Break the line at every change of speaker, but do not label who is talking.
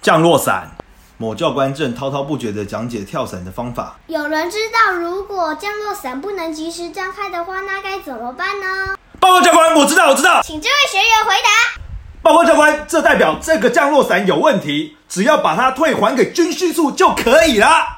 降落伞。某教官正滔滔不绝地讲解跳伞的方法。
有人知道，如果降落伞不能及时张开的话，那该怎么办呢？
报告教官，我知道，我知道。
请这位学员回答。
报告教官，这代表这个降落伞有问题，只要把它退还给军需处就可以了。